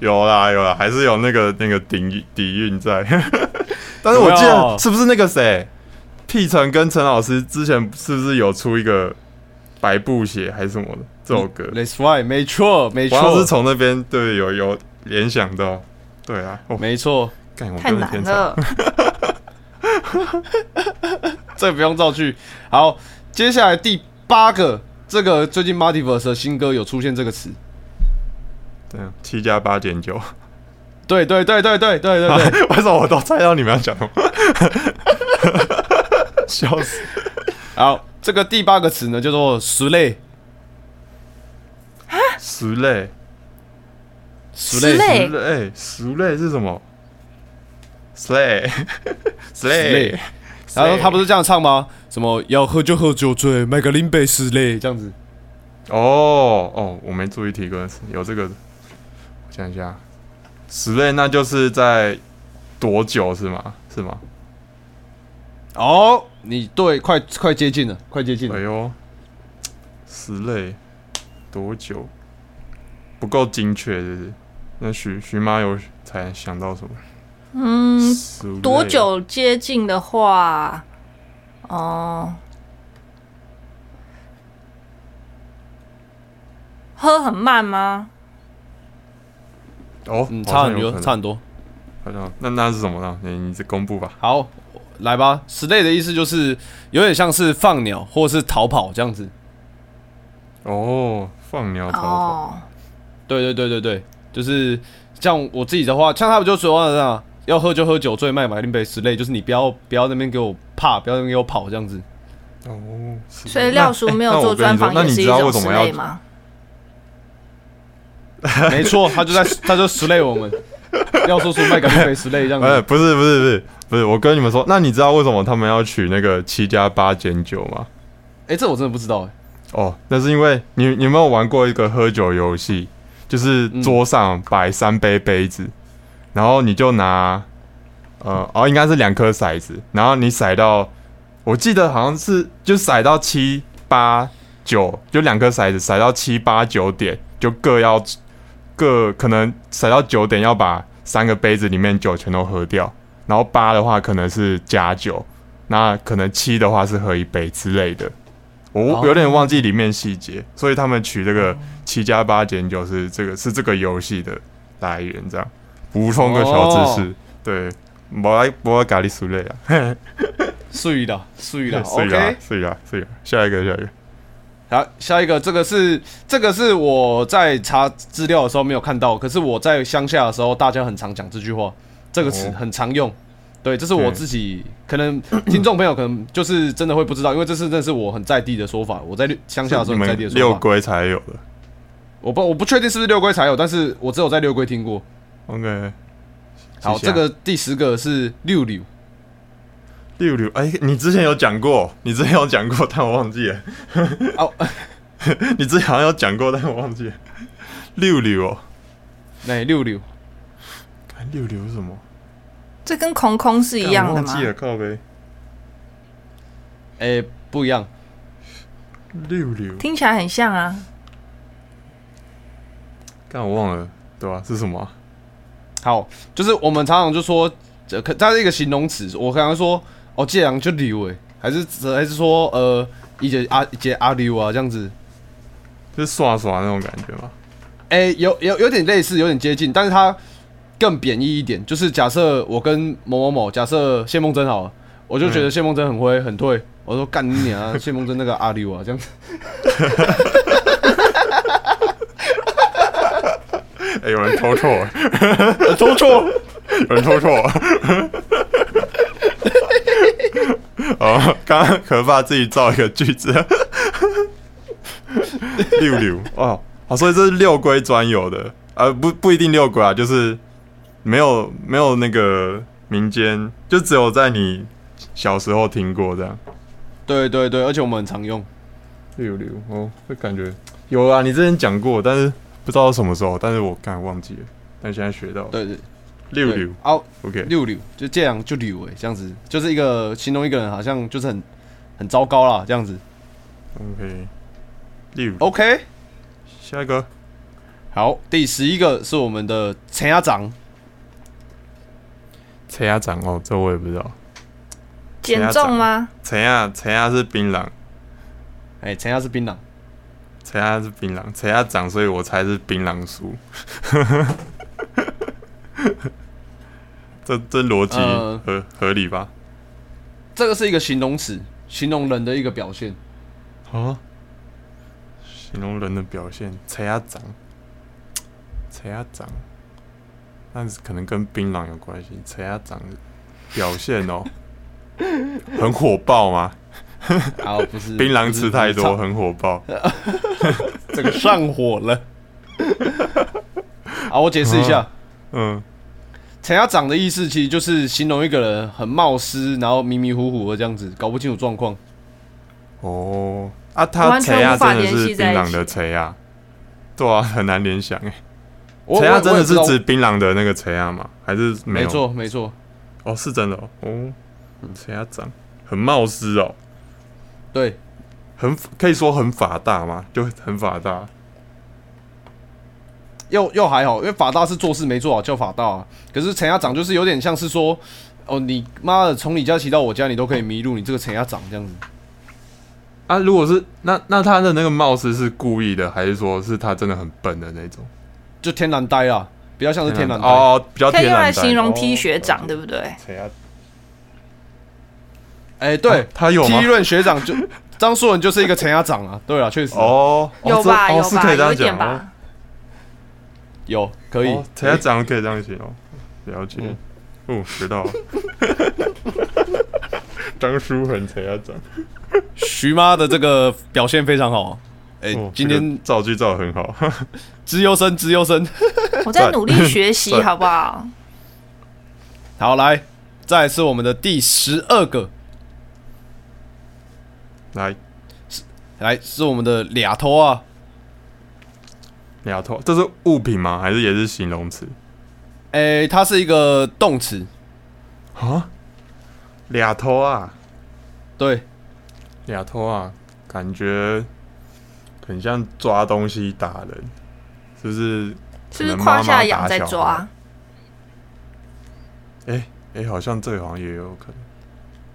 Speaker 2: 有啦有啦，还是有那个那个底底蕴在， 但是我记
Speaker 1: 有没有
Speaker 2: 得是不是那个谁，屁城跟陈老师之前是不是有出一个白布鞋还是什么的这首歌？
Speaker 1: That's 嗯 right，没错，没
Speaker 2: 我好像
Speaker 1: 错
Speaker 2: 是，从那边对有有联想到，对啊，我
Speaker 1: 没错，
Speaker 2: 干，我
Speaker 3: 太
Speaker 2: 真的
Speaker 3: 难
Speaker 2: 天才。
Speaker 3: 了。
Speaker 1: 这不用造句。好，接下来第八个，这个最近 Multiverse 的新歌有出现这个词。
Speaker 2: 对啊，七加八减九。
Speaker 1: 对对对对对对对对，
Speaker 2: 为什么我都猜到你们要讲什 么？ 笑死！
Speaker 1: 好，这个第八个词呢叫做“十类
Speaker 2: 十类，”，
Speaker 1: 十
Speaker 3: 十
Speaker 2: 十
Speaker 1: 类，
Speaker 3: 类
Speaker 2: 类，十类是什么？slay，slay，
Speaker 1: 类。然后他不是这样唱吗？什么要喝就喝酒醉，买个林北十类这样子。
Speaker 2: 哦哦，我没注意提歌词，有这个，我想一下，十类那就是在多久是吗？是吗？
Speaker 1: 哦，你对，快快接近了，快接
Speaker 3: 嗯
Speaker 1: 近
Speaker 2: 哎
Speaker 1: 了。
Speaker 2: 呦，十类多久？不够精确，是不是？那徐徐妈有才想到什么？
Speaker 3: 嗯，
Speaker 2: 十类
Speaker 3: 多久接近的话，哦、喝很慢吗？
Speaker 2: 哦，
Speaker 1: 嗯，
Speaker 2: 好
Speaker 1: 差
Speaker 2: 像
Speaker 1: 很
Speaker 2: 有
Speaker 1: 多
Speaker 2: 可，能
Speaker 1: 差很多。
Speaker 2: 好像那那是什么呢？你你这公布吧。
Speaker 1: 好，来吧。十类的意思就是有点像是放鸟或是逃跑这样子。
Speaker 2: 哦，放鸟逃跑。
Speaker 3: 哦，
Speaker 1: 对对对对对，就是像我自己的话，像他们就说那样，要喝就喝酒醉，卖马林杯之类，就是你不要不要那边给我怕，不要那边给我跑这样子。
Speaker 2: 哦，是
Speaker 3: 所以廖叔没有做专访
Speaker 2: 那
Speaker 3: 也
Speaker 2: 你
Speaker 3: 是一
Speaker 2: 知道为
Speaker 3: 种
Speaker 2: 什
Speaker 3: 之
Speaker 2: 么
Speaker 3: 类
Speaker 2: 要？
Speaker 3: 吗？
Speaker 1: 没错，他就在 他就之类我们，要说出卖马林杯之类这样
Speaker 2: 哎，
Speaker 1: 子。
Speaker 2: 不是不是不是不是，我跟你们说，那你知道为什么他们要取那个七加八减九吗？
Speaker 1: 哎、这我真的不知道、哎。
Speaker 2: 哦，那是因为你你有没有玩过一个喝酒游戏？就是桌上摆三杯杯子，然后你就拿，呃，哦，应该是两颗骰子，然后你骰到，我记得好像是就骰到七八九，就两颗骰子骰到七八九点，就各要各可能骰到九点要把三个杯子里面酒全都喝掉，然后八的话可能是加酒，那可能七的话是喝一杯之类的。我
Speaker 1: 哦
Speaker 2: 有点忘记里面细节，所以他们取这个七加八减九是这个是这个游戏的来源，这样补充个小
Speaker 1: 哦
Speaker 2: 知识。对，我来我来咖喱苏类啊，
Speaker 1: 碎的，碎的
Speaker 2: 所以啊
Speaker 1: ，OK。，
Speaker 2: 所以啊，所以啊，下一个下一个，
Speaker 1: 好，下一个，这个是这个是我在查资料的时候没有看到，可是我在乡下的时候，大家很常讲这句话，这个词
Speaker 2: 哦
Speaker 1: 很常用。对，这是我
Speaker 2: 对
Speaker 1: 自己可能听众朋友可能就是真的会不知道，因为这是真的是我很在地的说法，我在乡下的时
Speaker 2: 你
Speaker 1: 候很在
Speaker 2: 们
Speaker 1: 地的
Speaker 2: 六
Speaker 1: 说法。
Speaker 2: 龟才有的。
Speaker 1: 我不我不确定是不是六龟才有，但是我只有在六龟听过。
Speaker 2: OK，
Speaker 1: 好，
Speaker 2: 谢谢啊
Speaker 1: 这个第十个是六柳，
Speaker 2: 六六，哎，你之前有讲过，你之前有讲过，但我忘记了。
Speaker 1: 哦，
Speaker 2: 你之前好像有讲过，但我忘记了。六六哦，
Speaker 1: 那哎六柳
Speaker 2: 看六六是什么？
Speaker 3: 这跟空空是一样的
Speaker 2: 干我
Speaker 3: 吗
Speaker 2: 忘？记了，靠呗。
Speaker 1: 哎、不一样，
Speaker 2: 六六，
Speaker 3: 听起来很像啊。
Speaker 2: 但我忘了，对吧、是什么啊、
Speaker 1: 好，就是我们常常就说，这可它是一个形容词。我刚刚说，哦，借狼就溜诶，还是还是说，呃，一节阿一节阿溜啊这样子。
Speaker 2: 就是刷刷那种感觉吗？
Speaker 1: 诶，哎有有有点类似，有点接近，但是它更贬义一点。就是假设我跟某某某，假设谢梦真好了，我就觉
Speaker 2: 嗯
Speaker 1: 得谢梦真很灰很退，我说干你娘啊，谢梦真那个阿溜啊这样子。
Speaker 2: 哎、有人偷错，
Speaker 1: 偷错，
Speaker 2: 有人偷错。哦，刚刚可怕自己造一个句子。六六哦，好，所以这是六龟专有的，呃，不不一定六龟啊，就是没有没有那个民间，就只有在你小时候听过这样。
Speaker 1: 对对对，而且我们很常用。
Speaker 2: 六六哦，会感觉有啊，你之前讲过，但是不知道什么时候，但是我刚忘记了，但现在学到了
Speaker 1: 对对
Speaker 2: 六
Speaker 1: 对，
Speaker 2: 六
Speaker 1: 哦，
Speaker 2: ，OK，
Speaker 1: 六六就这样就溜诶，这样子就是一个形容一个人好像就是很很糟糕啦这样子。
Speaker 2: OK，例如
Speaker 1: OK，
Speaker 2: 下一个
Speaker 1: 好，第十一个是我们的陈家长，
Speaker 2: 陈亚长哦，这我也不知道。
Speaker 3: 减重吗？
Speaker 2: 陈亚陈亚啊是槟榔，
Speaker 1: 哎、陈家是槟榔，
Speaker 2: 陈啊亚是槟榔，陈亚长，所以我猜是槟榔树。 这这逻辑
Speaker 1: 呃
Speaker 2: 合合理吧？
Speaker 1: 这个是一个形容词，形容人的一个表现。
Speaker 2: 啊，形容人的表现，扯啊长，扯啊长，那是可能跟槟榔有关系。扯啊长表现 哦，很火爆吗？
Speaker 1: 啊，不是
Speaker 2: 槟榔
Speaker 1: 不是
Speaker 2: 吃太
Speaker 1: 不
Speaker 2: 多
Speaker 1: 是
Speaker 2: 很火爆。
Speaker 1: 这个上火了。 啊，我解释一下，
Speaker 2: 嗯，
Speaker 1: 陈家长的意思其实就是形容一个人很冒失，然后迷迷糊糊的这样子，搞不清楚状况。
Speaker 2: 哦，啊，他
Speaker 3: 完
Speaker 2: 扯
Speaker 3: 全
Speaker 2: 啊
Speaker 3: 无法
Speaker 2: 真的
Speaker 3: 联
Speaker 2: 是
Speaker 3: 系
Speaker 2: 槟
Speaker 3: 在一
Speaker 2: 榔
Speaker 3: 起
Speaker 2: 的扯啊，对啊，很难联想哎。
Speaker 1: 我
Speaker 2: 扯
Speaker 1: 我
Speaker 2: 啊
Speaker 1: 也
Speaker 2: 真的
Speaker 1: 我也不知
Speaker 2: 是
Speaker 1: 道
Speaker 2: 指槟榔的那个扯啊吗？还是没
Speaker 1: 没
Speaker 2: 有？
Speaker 1: 错没错，
Speaker 2: 哦，是真的哦。哦，扯啊长很冒失哦。
Speaker 1: 对，
Speaker 2: 很可以说很法大嘛，就很法大。
Speaker 1: 又又还好，因为法大是做事没做好叫法大、啊，可是陈家长就是有点像是说，哦，你妈的从你家骑到我家你都可以迷路，你这个陈家长这样子。
Speaker 2: 啊，如果是那那他的那个冒失是故意的，还是说是他真的很笨的那种？
Speaker 1: 就天然呆啦，比较像是天然呆。
Speaker 2: 哦，比较
Speaker 3: 可
Speaker 2: 天
Speaker 3: 以
Speaker 2: 然
Speaker 3: 用
Speaker 2: 呆
Speaker 3: 来形容
Speaker 2: 哦
Speaker 3: T 学长，
Speaker 2: 了解
Speaker 3: 对不对？
Speaker 2: 谁啊？
Speaker 1: 哎、对、
Speaker 2: 哦他有吗
Speaker 1: ，T 润学长 就张树人就是一个陈家长啊，对啊，确实、
Speaker 2: 哦，哦
Speaker 3: 有吧，
Speaker 2: 这哦
Speaker 3: 有
Speaker 2: 是可
Speaker 3: 吧，
Speaker 2: 以这
Speaker 3: 有
Speaker 2: 样
Speaker 3: 一点
Speaker 2: 讲
Speaker 3: 吧。
Speaker 1: 有可以，
Speaker 2: 哦，陈家长可以这样形容，了解。
Speaker 1: 嗯
Speaker 2: 哦，学 到了。张书恒陈家长，
Speaker 1: 徐妈的这个表现非常好。哎、
Speaker 2: 哦
Speaker 1: 今
Speaker 2: 这
Speaker 1: 天
Speaker 2: 个造句造得很好。
Speaker 1: 资优生，资优生，
Speaker 3: 我在努力学习，
Speaker 2: 对
Speaker 3: 好不好？
Speaker 1: 好来，再来是我们的第十二个，
Speaker 2: 来，
Speaker 1: 来是我们的俩头啊，
Speaker 2: 鸟头，这是物品吗？还是也是形容词？
Speaker 1: 哎、它是一个动词，
Speaker 2: 啊，俩头啊。
Speaker 1: 对，
Speaker 2: 俩头啊，感觉很像抓东西打人，是不是？
Speaker 3: 是不是胯下痒在
Speaker 2: 可能妈哦妈
Speaker 3: 抓？
Speaker 2: 哎哎、诶好像这个好像也有可能。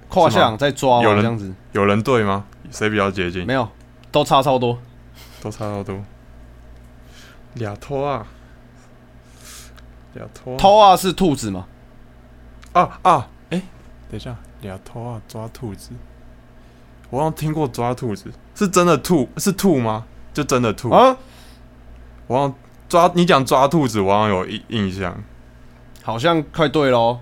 Speaker 1: 胯下仰在抓、哦，
Speaker 2: 有人嗯
Speaker 1: 这样子，
Speaker 2: 有人对吗？谁比较接近
Speaker 1: 没？有，都差超多。
Speaker 2: 都差好多。俩头啊，俩头啊
Speaker 1: 偷啊是兔子嘛？
Speaker 2: 啊啊！哎、等一下，俩头啊，抓兔子。我好像听过抓兔子，是真的兔是兔吗？就真的兔？
Speaker 1: 啊，
Speaker 2: 我好像抓你讲抓兔子，我好像有印印象。
Speaker 1: 好像快对喽。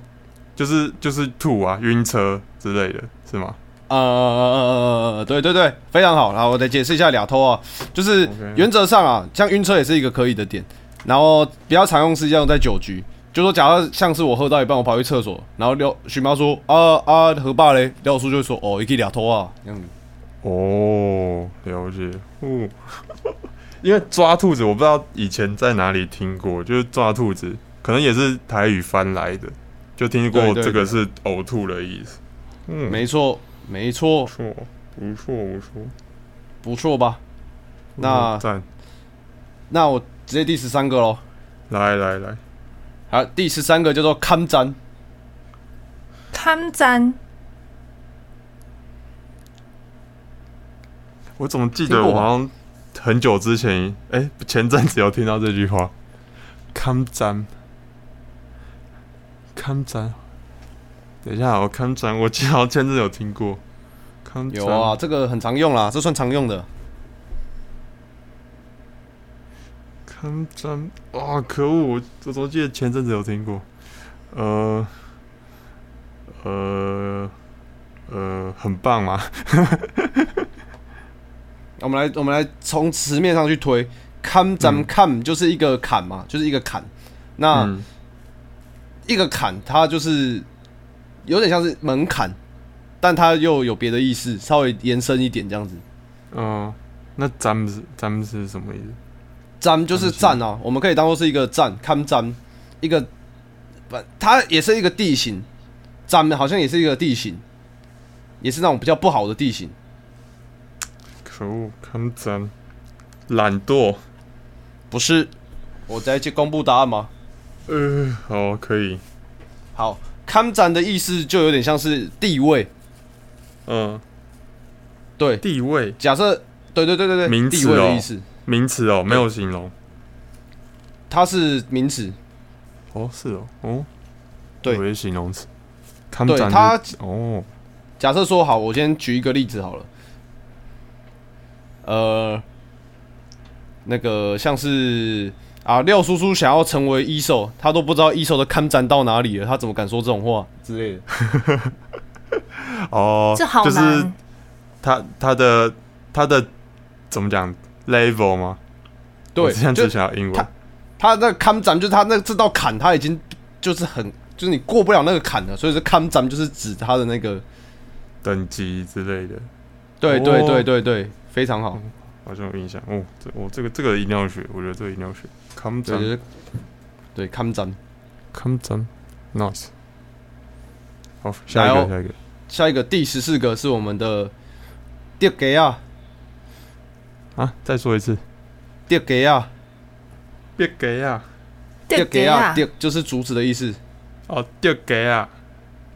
Speaker 2: 就是就是吐啊、晕车之类的，是吗？
Speaker 1: 呃，对对对，非常好。然后我再解释一下俩偷啊，就是
Speaker 2: OK
Speaker 1: 原则上啊，像晕车也是一个可以的点，然后比较常用是用在酒局，就说假如像是我喝到一半，我跑去厕所，然后廖许妈说啊啊何爸嘞，廖叔就会说哦，一个俩偷啊，这样子。
Speaker 2: 哦，了解。哦， 因为抓兔子，我不知道以前在哪里听过，就是抓兔子，可能也是台语翻来的，就听过
Speaker 1: 对对
Speaker 2: 这个是呕吐的意思。嗯，
Speaker 1: 没错，没错，
Speaker 2: 错，不错，不错。
Speaker 1: 不错吧？那
Speaker 2: 嗯赞，
Speaker 1: 那我直接第十三个喽。
Speaker 2: 来来来，
Speaker 1: 好，第十三个叫做看展，
Speaker 3: 贪沾
Speaker 2: 我怎么记
Speaker 1: 听
Speaker 2: 得
Speaker 1: 过
Speaker 2: 我
Speaker 1: 吗
Speaker 2: 好像很久之前，哎、前阵子有听到这句话，康詹，康詹，等一下，我康詹，我记得好像前阵子有听过，康詹
Speaker 1: 有啊，，这个很常用啦，这算常用的。
Speaker 2: 康詹，哇，可恶，我我怎么记得前阵子有听过，呃，呃，呃，很棒嘛，
Speaker 1: 我们来我们来从词面上去推，砍咱们砍就是一个砍嘛，就是一个砍。那、
Speaker 2: 嗯，
Speaker 1: 一个砍，它就是有点像是门槛，但它又有别的意思，稍微延伸一点这样子。
Speaker 2: 哦，那詹是詹是什么意思？
Speaker 1: 站就是站啊，我们可以当做是一个站，看站一个，不，它也是一个地形，站好像也是一个地形，也是那种比较不好的地形。
Speaker 2: 可恶，康詹，懒惰。
Speaker 1: 不是，我直接去公布答案吗？
Speaker 2: 呃，好，可以，
Speaker 1: 好，看展的意思就有点像是地位，
Speaker 2: 嗯，
Speaker 1: 对，
Speaker 2: 地位
Speaker 1: 假设对对对对对，
Speaker 2: 名
Speaker 1: 地
Speaker 2: 词
Speaker 1: 位的
Speaker 2: 哦
Speaker 1: 意思，
Speaker 2: 名词哦，没有形容，
Speaker 1: 它是名词，
Speaker 2: 哦，是哦，哦，
Speaker 1: 对
Speaker 2: 我也形容词。看
Speaker 1: 对
Speaker 2: 展就
Speaker 1: 他
Speaker 2: 哦，
Speaker 1: 假设说好，我先举一个例子好了，呃，那个像是啊廖叔叔想要成为一兽，他都不知道一兽的看展到哪里了，他怎么敢说这种话之类的？
Speaker 2: 哦，
Speaker 3: 这好
Speaker 2: 就是
Speaker 3: 难。
Speaker 2: 他他的他的怎么讲 level 吗？
Speaker 1: 对，
Speaker 2: 我之前
Speaker 1: 就
Speaker 2: 只想要英
Speaker 1: 他
Speaker 2: 文。
Speaker 1: 他那个看展，就是他那这道坎，他已经就是很就是你过不了那个坎了，所以这看展就是指他的那个，
Speaker 2: 等级之类的，
Speaker 1: 对对
Speaker 2: 哦
Speaker 1: 对对对，非常好，
Speaker 2: 好像有印象。哦，这我、这个这个一定要学，我觉得这个一定要学。看
Speaker 1: 对
Speaker 2: 展，
Speaker 1: 就是对看展。
Speaker 2: 看展，nice。好，下一
Speaker 1: 来
Speaker 2: 个，
Speaker 1: 哦
Speaker 2: 下一个。
Speaker 1: 下一个第十四个是我们的迪给亚，
Speaker 2: 啊，再说一次。
Speaker 1: 迪给亚。
Speaker 2: 别给啊！
Speaker 1: 钓给啊，
Speaker 3: 对
Speaker 1: 钓就是竹子的意思。
Speaker 2: 哦，别给啊！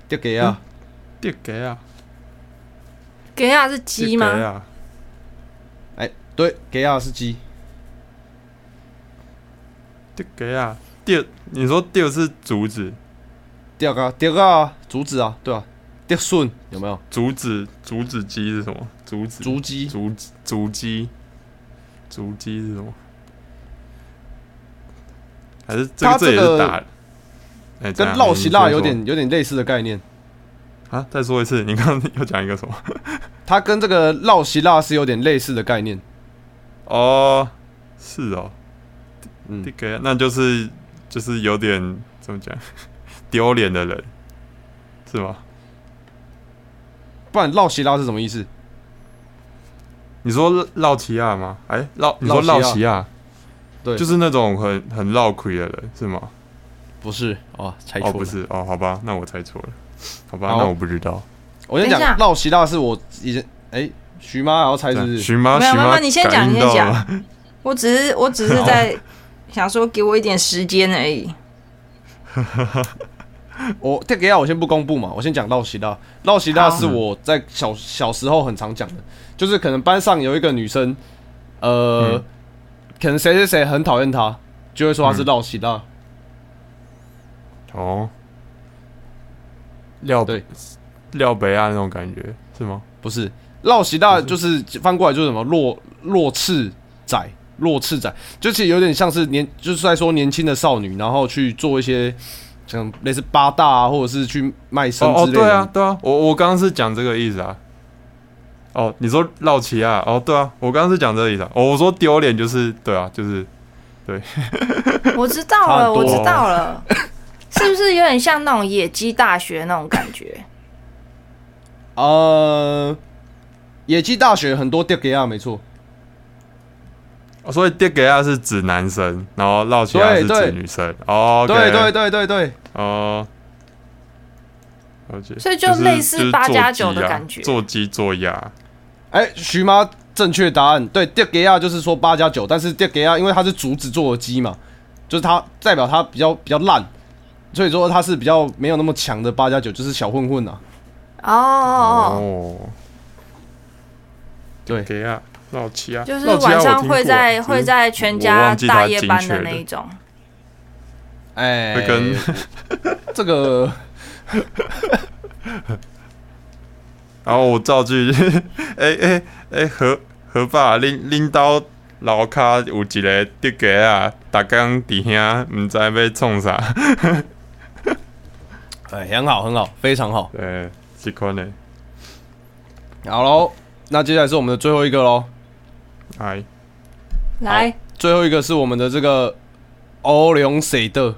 Speaker 1: 钓给啊，
Speaker 3: 嗯
Speaker 2: 别给啊！
Speaker 3: 给啊是鸡
Speaker 2: 钓给
Speaker 3: 吗？
Speaker 2: 啊
Speaker 1: 哎，对，给啊是鸡，
Speaker 2: 钓给啊，钓，你说钓是竹子，
Speaker 1: 钓啊，钓啊，竹子啊，对啊，钓顺有没有？
Speaker 2: 竹子竹子鸡是什么？竹子
Speaker 1: 竹鸡，
Speaker 2: 竹子竹鸡，竹鸡是什么？还是这
Speaker 1: 它
Speaker 2: 个这
Speaker 1: 这
Speaker 2: 也是
Speaker 1: 个
Speaker 2: 打？哎，怎
Speaker 1: 跟
Speaker 2: 样
Speaker 1: 绕西腊有
Speaker 2: 你
Speaker 1: 点有点类似的概念。
Speaker 2: 先说啊！再说一次，你刚刚 要讲一个什么？
Speaker 1: 它跟这个绕西腊是有点类似的概念。
Speaker 2: 哦，是哦，
Speaker 1: 嗯
Speaker 2: 这，个那就是就是有点怎么讲 丢脸的人，是吗？
Speaker 1: 不然绕西腊是什么意思？
Speaker 2: 你说绕奇亚吗？哎，绕你说
Speaker 1: 绕
Speaker 2: 绕
Speaker 1: 奇
Speaker 2: 奇亚，
Speaker 1: 对，
Speaker 2: 就是那种很很绕亏的人是吗？
Speaker 1: 不是哦，猜错
Speaker 2: 哦，
Speaker 1: 了。
Speaker 2: 不，是哦，好吧，那我猜错了，好吧，
Speaker 1: 好
Speaker 2: 那我不知道。
Speaker 1: 我先
Speaker 3: 等一下
Speaker 1: 讲绕西腊是我以前哎，徐妈然后猜是不是？
Speaker 2: 徐妈，
Speaker 3: 没有
Speaker 2: 徐
Speaker 3: 没有
Speaker 2: 妈，
Speaker 3: 你先
Speaker 2: 感
Speaker 3: 讲
Speaker 2: 应
Speaker 3: 你先
Speaker 2: 到
Speaker 3: 讲
Speaker 2: 了
Speaker 3: 我只是我只是
Speaker 2: 哦
Speaker 3: 在想说，给我一点时间而已。
Speaker 1: 我这个要我先不公布嘛，我先讲绕西拉。绕西拉
Speaker 3: 好
Speaker 1: 啊是我在小小时候很常讲的，就是可能班上有一个女生，呃，
Speaker 2: 嗯
Speaker 1: 可能谁谁谁很讨厌她，就会说她是绕西拉。
Speaker 2: 哦，廖
Speaker 1: 对
Speaker 2: 廖北亚那种感觉是吗？
Speaker 1: 不是绕西拉，啊就是翻过来就是什么弱弱翅仔，弱翅仔，就是有点像是年，就是在说年轻的少女，然后去做一些像类似八大啊，或者是去卖身
Speaker 2: 哦哦，
Speaker 1: 之类的。
Speaker 2: 对啊，对啊，我我刚刚是讲这个意思啊。哦，你说绕奇亚？哦，对啊，我刚刚是讲这个意思啊。哦，我说丢脸就是对啊，就是
Speaker 3: 我知道
Speaker 1: 差
Speaker 3: 了，
Speaker 1: 很多
Speaker 3: 我
Speaker 1: 哦
Speaker 3: 知道了，是不是有点像那种野鸡大学那种感觉？
Speaker 1: 呃，野鸡大学很多迪给亚没错。
Speaker 2: 哦所以爹给亚是指男生，然后绕奇亚
Speaker 1: 对
Speaker 2: 是指
Speaker 1: 对
Speaker 2: 女生。哦，
Speaker 1: 对对
Speaker 2: 对，
Speaker 1: 对对对，
Speaker 2: 哦。了解，
Speaker 3: 所以就
Speaker 2: 就
Speaker 3: 类似八加九的感觉
Speaker 2: 做鸡做鸭，
Speaker 1: 哎，徐妈正确答案对，迪给亚就是说八加九，但是迪给亚因为它是竹子做的鸡嘛，就是它代表它比较比较烂，所以说它是比较没有那么强的八加九，就是小混混啊。
Speaker 3: 哦哦
Speaker 2: 哦，
Speaker 1: 对，
Speaker 2: 给啊，老七啊，
Speaker 3: 哦，就是
Speaker 2: 老七啊
Speaker 3: 晚上
Speaker 2: 我听过
Speaker 3: 会在
Speaker 2: 只是
Speaker 3: 会在全
Speaker 2: 我
Speaker 3: 家
Speaker 2: 忘记它
Speaker 3: 大夜班
Speaker 2: 精
Speaker 3: 的
Speaker 2: 确
Speaker 3: 那
Speaker 2: 的
Speaker 3: 一种。
Speaker 1: 哎，
Speaker 2: 会跟
Speaker 1: 这个
Speaker 2: 然后我造句， 哎哎哎，何何爸恁恁兜楼骹有一个德哥啊，逐工伫遐，毋知要创啥，
Speaker 1: 哎很好很好，非常好。
Speaker 2: 对，即款诶，
Speaker 1: 好喽，那接下来是我们的最后一个喽，
Speaker 2: 哎，
Speaker 3: 来，
Speaker 1: 最后一个是我们的这个欧龙水的，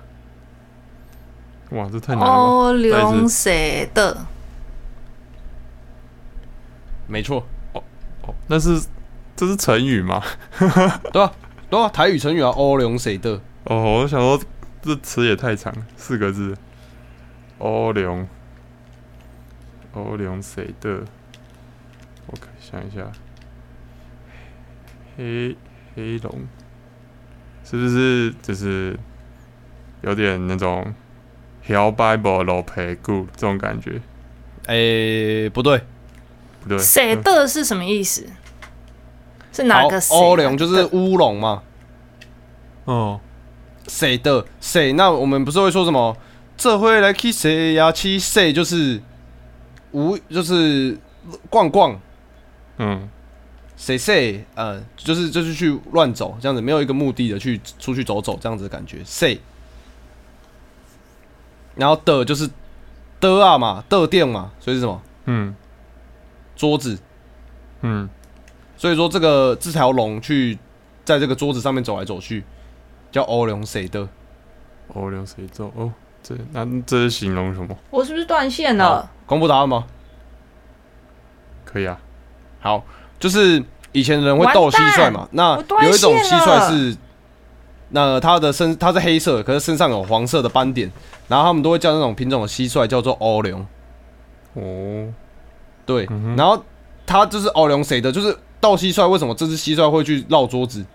Speaker 2: 哇，这太难了吧，
Speaker 3: 哦，龙谁的？
Speaker 1: 没错，
Speaker 2: 哦那是这是成语吗？
Speaker 1: 对吧、对啊，台语成语啊，欧龙水的。
Speaker 2: 哦，我想说这词也太长，四个字，欧龙，欧龙谁的？我看想一下，黑黑龙，是不是就是有点那种 Hell Bible 老陪顾这种感觉？
Speaker 1: 哎，不对，
Speaker 2: 不对，
Speaker 3: 谁
Speaker 2: 嗯
Speaker 3: 的是什么意思？是哪
Speaker 1: 好
Speaker 3: 个谁？
Speaker 1: 欧龙就是乌龙嘛。
Speaker 2: 哦
Speaker 1: 谁的谁？那我们不是会说什么？这回来去谁呀？去谁就是无就是逛逛
Speaker 2: 嗯，
Speaker 1: 谁谁呃，就是就是去乱走这样子，没有一个目的的去出去走走这样子的感觉。谁？然后的就是的啊嘛，的店嘛，所以是什么
Speaker 2: 嗯，
Speaker 1: 桌子？
Speaker 2: 嗯，
Speaker 1: 所以说这个这条龙去在这个桌子上面走来走去，叫欧龙谁的？
Speaker 2: 哦，流水咒哦，这那这是形容什么？
Speaker 3: 我是不是断线
Speaker 1: 好
Speaker 3: 了？
Speaker 1: 公布答案吗？
Speaker 2: 可以啊，
Speaker 1: 好，就是以前人会斗蟋蟀嘛，那
Speaker 3: 我断线
Speaker 1: 有一种蟋蟀
Speaker 3: 了
Speaker 1: 是，那它的身它是黑色，可是身上有黄色的斑点，然后他们都会叫那种品种的蟋蟀叫做欧龙。
Speaker 2: 哦，
Speaker 1: 对，
Speaker 2: 嗯哼
Speaker 1: 然后它就是欧龙谁的，就是斗蟋蟀为什么这只蟋蟀会去绕桌子？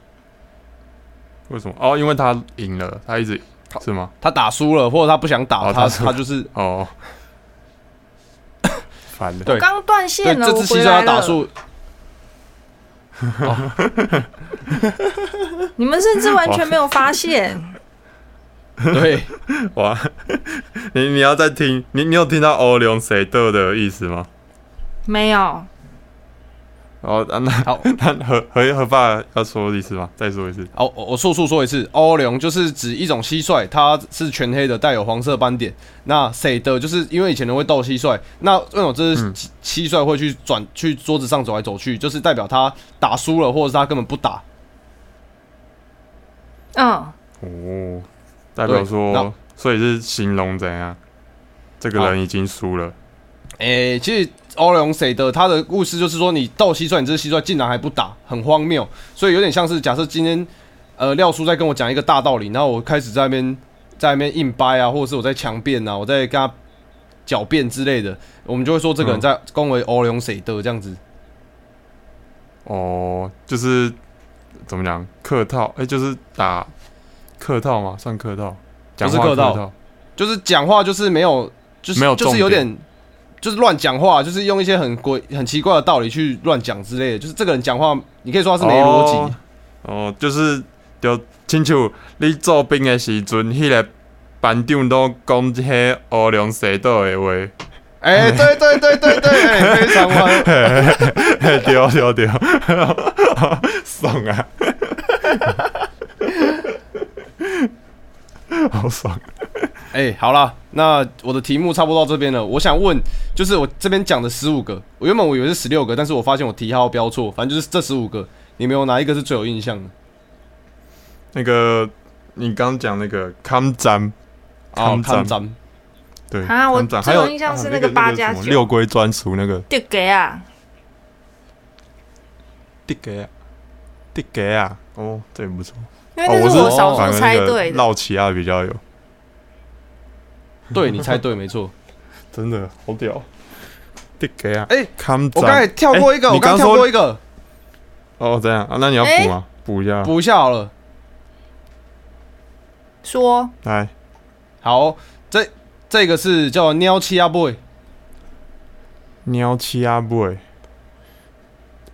Speaker 2: 为什么？哦，因为他赢了，他一直是吗？
Speaker 1: 它打输了，或者它不想打，
Speaker 2: 哦
Speaker 1: 它
Speaker 2: 它输
Speaker 1: 它就是
Speaker 2: 哦， 烦了，
Speaker 1: 对
Speaker 3: 刚断
Speaker 1: 对
Speaker 3: 线了，
Speaker 1: 这
Speaker 3: 我
Speaker 1: 只蟋
Speaker 3: 回
Speaker 1: 蟀
Speaker 3: 来
Speaker 1: 要
Speaker 3: 了。
Speaker 1: 打输，
Speaker 3: 你们甚至完全没有发现，
Speaker 1: 对，
Speaker 2: 哇， 你你要再听，你你有听到哦，流水咒的意思吗？
Speaker 3: 没有。
Speaker 2: 哦，啊、那
Speaker 1: 好。
Speaker 2: 那何何何爸要说一次吗？再说一次。
Speaker 1: 哦，我我速速说一次，欧龙就是指一种蟋蟀，它是全黑的，带有黄色斑点。那谁的，就是因为以前人会斗蟋蟀，那为什么这是
Speaker 2: 嗯
Speaker 1: 蟋蟋蟀会去转去桌子上走来走去，就是代表他打输了，或者是他根本不打。
Speaker 3: 嗯，
Speaker 2: 哦，代表
Speaker 1: 对那
Speaker 2: 说，所以是形容怎样？这个人已经输了。
Speaker 1: 诶、其实欧龙谁的，他的故事就是说，你斗蟋蟀，你这只蟋蟀竟然还不打，很荒谬。所以有点像是假设今天，呃，廖叔在跟我讲一个大道理，然后我开始在那边在那边硬掰啊，或者是我在强辩啊，我在跟他狡辩之类的，我们就会说这个人
Speaker 2: 嗯
Speaker 1: 在恭维欧龙谁的这样子。
Speaker 2: 哦，就是怎么讲客套？哎、就是打客套吗？算客套？讲话
Speaker 1: 不是客套
Speaker 2: 套。
Speaker 1: 就是讲话就是没有，就是
Speaker 2: 没有
Speaker 1: 就是
Speaker 2: 重
Speaker 1: 有
Speaker 2: 点
Speaker 1: 点，就是乱讲话，就是用一些很鬼很奇怪的道理去乱讲之类的。就是这个人讲话，你可以说他是没逻辑，
Speaker 2: 哦哦，就是就亲像你做兵的时阵，迄、个班长都讲迄乌龙蛇道的话。
Speaker 1: 哎、对对对对对，哎 非常完，
Speaker 2: 嘿 对对对，爽 啊！好爽！
Speaker 1: 哎、好啦，那我的题目差不多到这边了。我想问，就是我这边讲的十五个，我原本我以为是十六个，但是我发现我题号标错，反正就是这十五个，你们有哪一个是最有印象的？
Speaker 2: 那个，你刚讲那个康展，
Speaker 1: 啊，
Speaker 2: 抗战
Speaker 1: 看章，
Speaker 2: 对
Speaker 3: 啊我
Speaker 2: 抗战
Speaker 3: 最
Speaker 2: 还有
Speaker 3: 有印象是
Speaker 2: 啊
Speaker 3: 那
Speaker 2: 那
Speaker 3: 个八加
Speaker 2: 什么
Speaker 3: 九
Speaker 2: 六龟专属那个
Speaker 3: 丢给啊，
Speaker 2: 地给啊，地给啊，哦，这也不错。
Speaker 3: 因为
Speaker 2: 哦
Speaker 3: 那
Speaker 2: 是
Speaker 3: 我少
Speaker 2: 反
Speaker 3: 数
Speaker 2: 而
Speaker 3: 猜
Speaker 2: 那个
Speaker 3: 对
Speaker 1: 哦
Speaker 3: 的。
Speaker 2: 绕奇亚比较有，
Speaker 1: 对你猜对，没错。
Speaker 2: 真的好屌。地给啊，
Speaker 1: 哎
Speaker 2: 康展，
Speaker 1: 我刚才跳过一个，
Speaker 2: 哎
Speaker 1: 我
Speaker 2: 你
Speaker 1: 刚
Speaker 2: 刚
Speaker 1: 跳过
Speaker 2: 说
Speaker 1: 一个，
Speaker 2: 哦，这样啊？那你要补吗？补一下，
Speaker 1: 哎补一下好了。
Speaker 3: 说
Speaker 2: 来，
Speaker 1: 好，这这个是叫喵七阿 boy，
Speaker 2: 喵七啊 boy，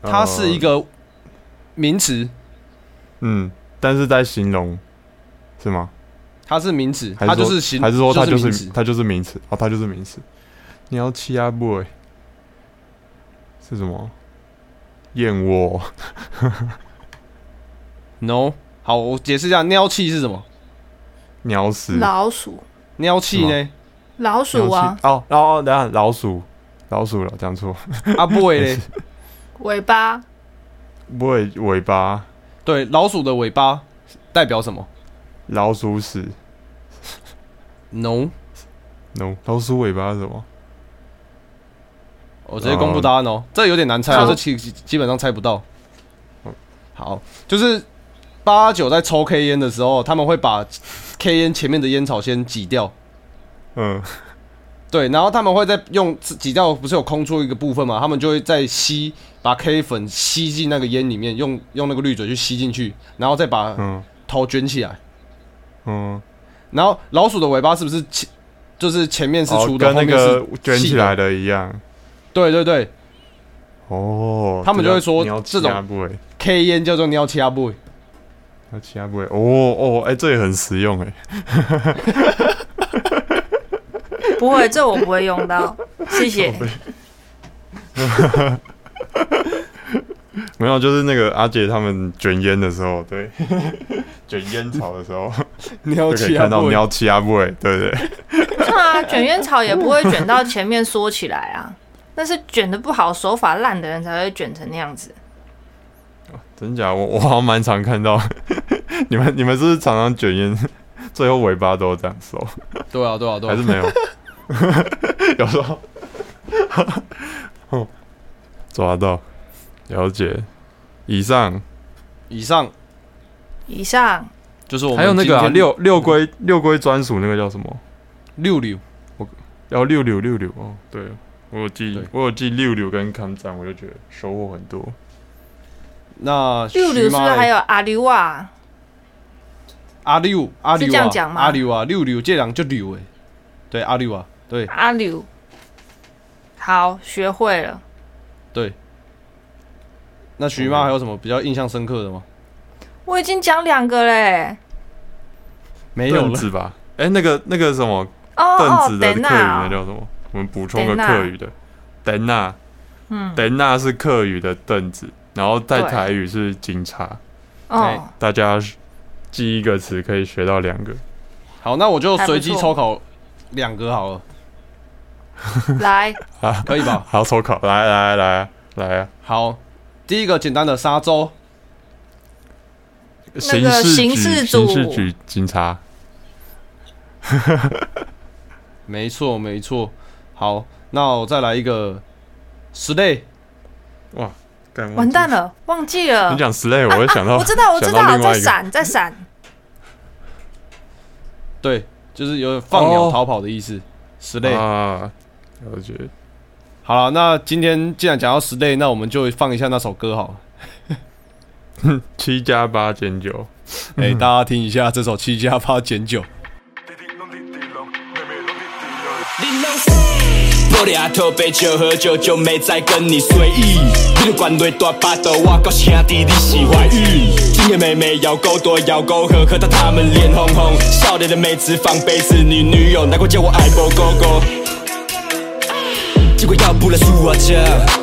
Speaker 2: 哦
Speaker 1: 它是一个名词，
Speaker 2: 嗯，但是在形容是吗？
Speaker 1: 它是名词，
Speaker 2: 还
Speaker 1: 它
Speaker 2: 说
Speaker 1: 就是形，
Speaker 2: 还是说它
Speaker 1: 就
Speaker 2: 就是
Speaker 1: 名词
Speaker 2: 它就是名词？哦，它就是名词。你要欺压 boy 是什么？燕窝
Speaker 1: No，好，我解释一下，喵气是什么？
Speaker 2: 鸟屎
Speaker 3: 老鼠，
Speaker 1: 喵气呢？
Speaker 3: 老鼠啊，
Speaker 2: 鸟屎哦哦哦，等一下老鼠老鼠了，讲错
Speaker 1: 阿 boy 嘞？
Speaker 3: 尾巴，
Speaker 2: boy 尾巴
Speaker 1: 对，老鼠的尾巴代表什么
Speaker 2: 老鼠屎
Speaker 1: ？No，
Speaker 2: no 老鼠尾巴是什么？
Speaker 1: 我直接公布答案哦，这有点难猜哦，
Speaker 3: 好
Speaker 1: 这基基基本上猜不到。好，就是八九在抽 K 烟的时候，他们会把 K 烟前面的烟草先挤掉，
Speaker 2: 嗯，
Speaker 1: 对，然后他们会再用挤掉，不是有空出一个部分嘛？他们就会再吸，把 K 粉吸进那个烟里面，用用那个滤嘴去吸进去，然后再把
Speaker 2: 嗯
Speaker 1: 头卷起来。
Speaker 2: 嗯，
Speaker 1: 然后老鼠的尾巴是不是前就是前面是
Speaker 2: 哦，
Speaker 1: 粗的，
Speaker 2: 跟
Speaker 1: 后
Speaker 2: 那
Speaker 1: 面
Speaker 2: 个
Speaker 1: 是
Speaker 2: 卷
Speaker 1: 细
Speaker 2: 起
Speaker 1: 的
Speaker 2: 来的一样
Speaker 1: 对对对
Speaker 2: 哦。
Speaker 1: 他们就会说
Speaker 2: 这叫鸟
Speaker 1: 这种
Speaker 2: 欺压 boy
Speaker 1: ，K 烟叫做尿气阿 boy。
Speaker 2: 那其他不会。哦哦，哎、这也很实用哎、
Speaker 3: 不会，这我不会用到， 谢谢。
Speaker 2: 没有，就是那个阿姐他们卷烟的时候，对， 卷烟草的时候
Speaker 1: 尿
Speaker 2: 就可以看到尿气阿布哎，对不对？
Speaker 3: 是啊，卷烟草也不会卷到前面缩起来啊，那是卷的不好、手法烂的人才会卷成那样子。
Speaker 2: 真假？我我好像蛮常看到， 你们你们是不是常常卷烟， 最后尾巴都这样收，
Speaker 1: 对啊，对啊，对
Speaker 2: 还
Speaker 1: 啊，
Speaker 2: 是没有？ 有时候， 哦，抓到，了解。以上
Speaker 1: 以上
Speaker 3: 以上
Speaker 1: 就是我们
Speaker 2: 还有那个、啊、
Speaker 1: 今天
Speaker 2: 六六龟六龟专属那个叫什么？
Speaker 1: 六六，
Speaker 2: 要六六六六哦，对我有记
Speaker 1: 对，
Speaker 2: 我有记六六跟康赞，我就觉得收获很多。
Speaker 1: 那
Speaker 3: 六六是
Speaker 1: 徐
Speaker 3: 不
Speaker 1: 妈
Speaker 3: 是还
Speaker 1: 嘞
Speaker 3: 有阿溜啊？
Speaker 1: 阿六阿
Speaker 3: 是
Speaker 1: 六
Speaker 3: 这样
Speaker 1: 啊
Speaker 3: 讲吗
Speaker 1: 阿六啊六六这人就六诶，对阿六啊对
Speaker 3: 阿溜，好，学会了。
Speaker 1: 对。那徐
Speaker 2: 哦
Speaker 1: 妈还有什么比较印象深刻的吗？
Speaker 3: 我已经讲两个嘞。
Speaker 1: 没有
Speaker 2: 凳
Speaker 1: 了，
Speaker 2: 子吧？哎、那个那个什么
Speaker 3: 哦哦
Speaker 2: 凳，子的客
Speaker 3: 等
Speaker 2: 语那
Speaker 3: 那
Speaker 2: 叫什么？我们补充个
Speaker 3: 等纳
Speaker 2: 客语的，等纳，
Speaker 3: 嗯
Speaker 2: 等纳是客语的凳子，然后在
Speaker 3: 对
Speaker 2: 台语是警察。
Speaker 3: 哦，
Speaker 2: 大家记一个词可以学到两个。
Speaker 1: 好，那我就
Speaker 3: 还不
Speaker 1: 随机
Speaker 3: 错
Speaker 1: 抽考两个好了，
Speaker 3: 来，
Speaker 1: 可以吧？
Speaker 2: 好，抽考，来来来来啊！
Speaker 1: 好，第一个简单的沙洲，
Speaker 3: 那个
Speaker 2: 刑
Speaker 3: 刑
Speaker 2: 事局，
Speaker 3: 事
Speaker 2: 刑
Speaker 3: 组
Speaker 2: 事局警察，
Speaker 1: 没错没错。好，那我再来一个石类，
Speaker 2: 干
Speaker 3: 完蛋！了，忘记
Speaker 2: 忘记
Speaker 3: 了啊
Speaker 2: 你。讲 slay，我会想到，
Speaker 3: 我知道，我知
Speaker 2: 想到
Speaker 3: 道，
Speaker 2: 另外
Speaker 3: 在
Speaker 2: 一个。
Speaker 3: 闪，在闪。
Speaker 1: 对，就是有点放鸟
Speaker 2: 哦
Speaker 1: 逃跑的意思。石类，
Speaker 2: 啊，我觉得
Speaker 1: 好了，那今天既然讲到石类，那我们就放一下那首歌好了。
Speaker 2: 七加八减九，嗯
Speaker 1: 哎、大家听一下这首《七加八减九》。
Speaker 5: 你拢说玻璃阿头杯酒喝酒就没再跟你随意。你的管内大巴肚，我告兄弟你是怀孕。今夜妹妹咬钩多咬钩喝，喝到她们脸红红。少年的妹子放杯子，你女友难怪叫我爱波哥哥。结果要不然是我酱，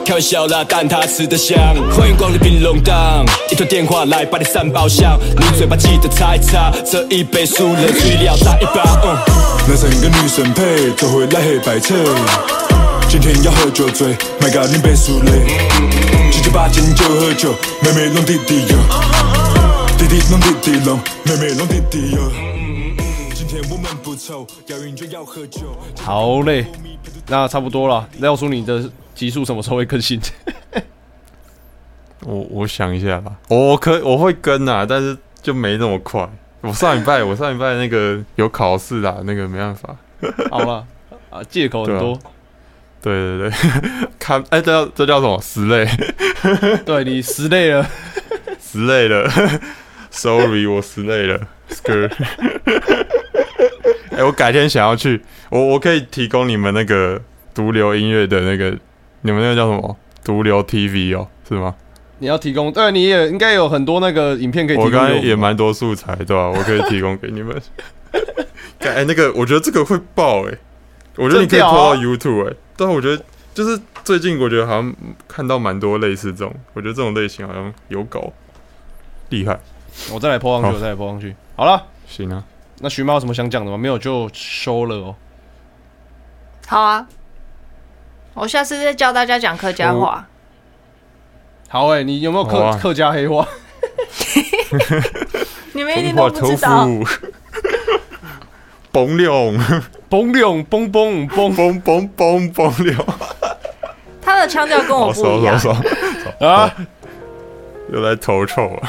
Speaker 5: 开玩笑啦，但他吃得香。欢迎光临冰龙档，一通电话来把你三包香。你嘴巴记得擦一擦，这一杯输了去了再一把。嗯
Speaker 6: 男神跟女神配，这回来黑白配。今天要喝酒醉，My God，你别输累。七七八斤就喝酒，妹妹弄弟弟哟，弟弟弄弟弟弄，妹妹弄弟弟哟。今天我们不愁，要赢就要喝酒。
Speaker 1: 好嘞，那差不多了。廖叔，你的集数什么时候会 更新？
Speaker 2: 我我想一下吧，我可我会跟啊，但是就没那么快。我上礼拜我上礼拜那个有考试啦，那个没办法。
Speaker 1: 好了，啊，借口很多。
Speaker 2: 对对 对，看哎、这叫这叫什么？死累，啊
Speaker 1: 对你石类了，
Speaker 2: 死累了。Sorry，我死累了。Skirt。哎、我改天想要去，我我可以提供你们那个毒瘤音乐的那个，你们那个叫什么？毒瘤 TV 哦，是吗？
Speaker 1: 你要提供，对，你也应该有很多那个影片可以提
Speaker 2: 我
Speaker 1: 供给
Speaker 2: 刚才
Speaker 1: 们
Speaker 2: 也蛮多素材，对吧、我可以提供给你们。 哎、欸，那个我觉得这个会爆哎、我觉得你可以
Speaker 1: 真屌
Speaker 2: 拖
Speaker 1: 啊
Speaker 2: 到 YouTube 哎、但我觉得就是最近我觉得好像看到蛮多类似这种，我觉得这种类型好像有搞厉害，
Speaker 1: 我再来抛上去，
Speaker 2: 好
Speaker 1: 我再来抛上去。好了，
Speaker 2: 行啊，
Speaker 1: 那徐妈有什么想讲的吗？没有就收了哦。
Speaker 3: 好啊，我下次再教大家讲客家
Speaker 2: 哦
Speaker 3: 话。
Speaker 1: 好哎、你有没有客、
Speaker 2: 好啊
Speaker 1: 客家黑话？
Speaker 3: 你们一
Speaker 2: 中
Speaker 3: 定都
Speaker 2: 华
Speaker 3: 不
Speaker 2: 头
Speaker 3: 知道。
Speaker 2: 腐， 崩六
Speaker 1: 嘣亮嘣嘣嘣
Speaker 2: 崩崩崩崩六，
Speaker 3: 他的腔调跟
Speaker 2: 好
Speaker 3: 我不
Speaker 2: 爽
Speaker 3: 一样
Speaker 2: 爽。爽，
Speaker 1: 啊！
Speaker 2: 又来头臭了，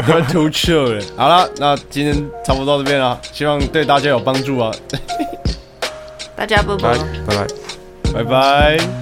Speaker 1: 不要偷笑了。好了，那今天差不多到这边了，希望对大家有帮助啊，
Speaker 3: 大家不不
Speaker 2: 拜。拜拜。
Speaker 1: 拜拜。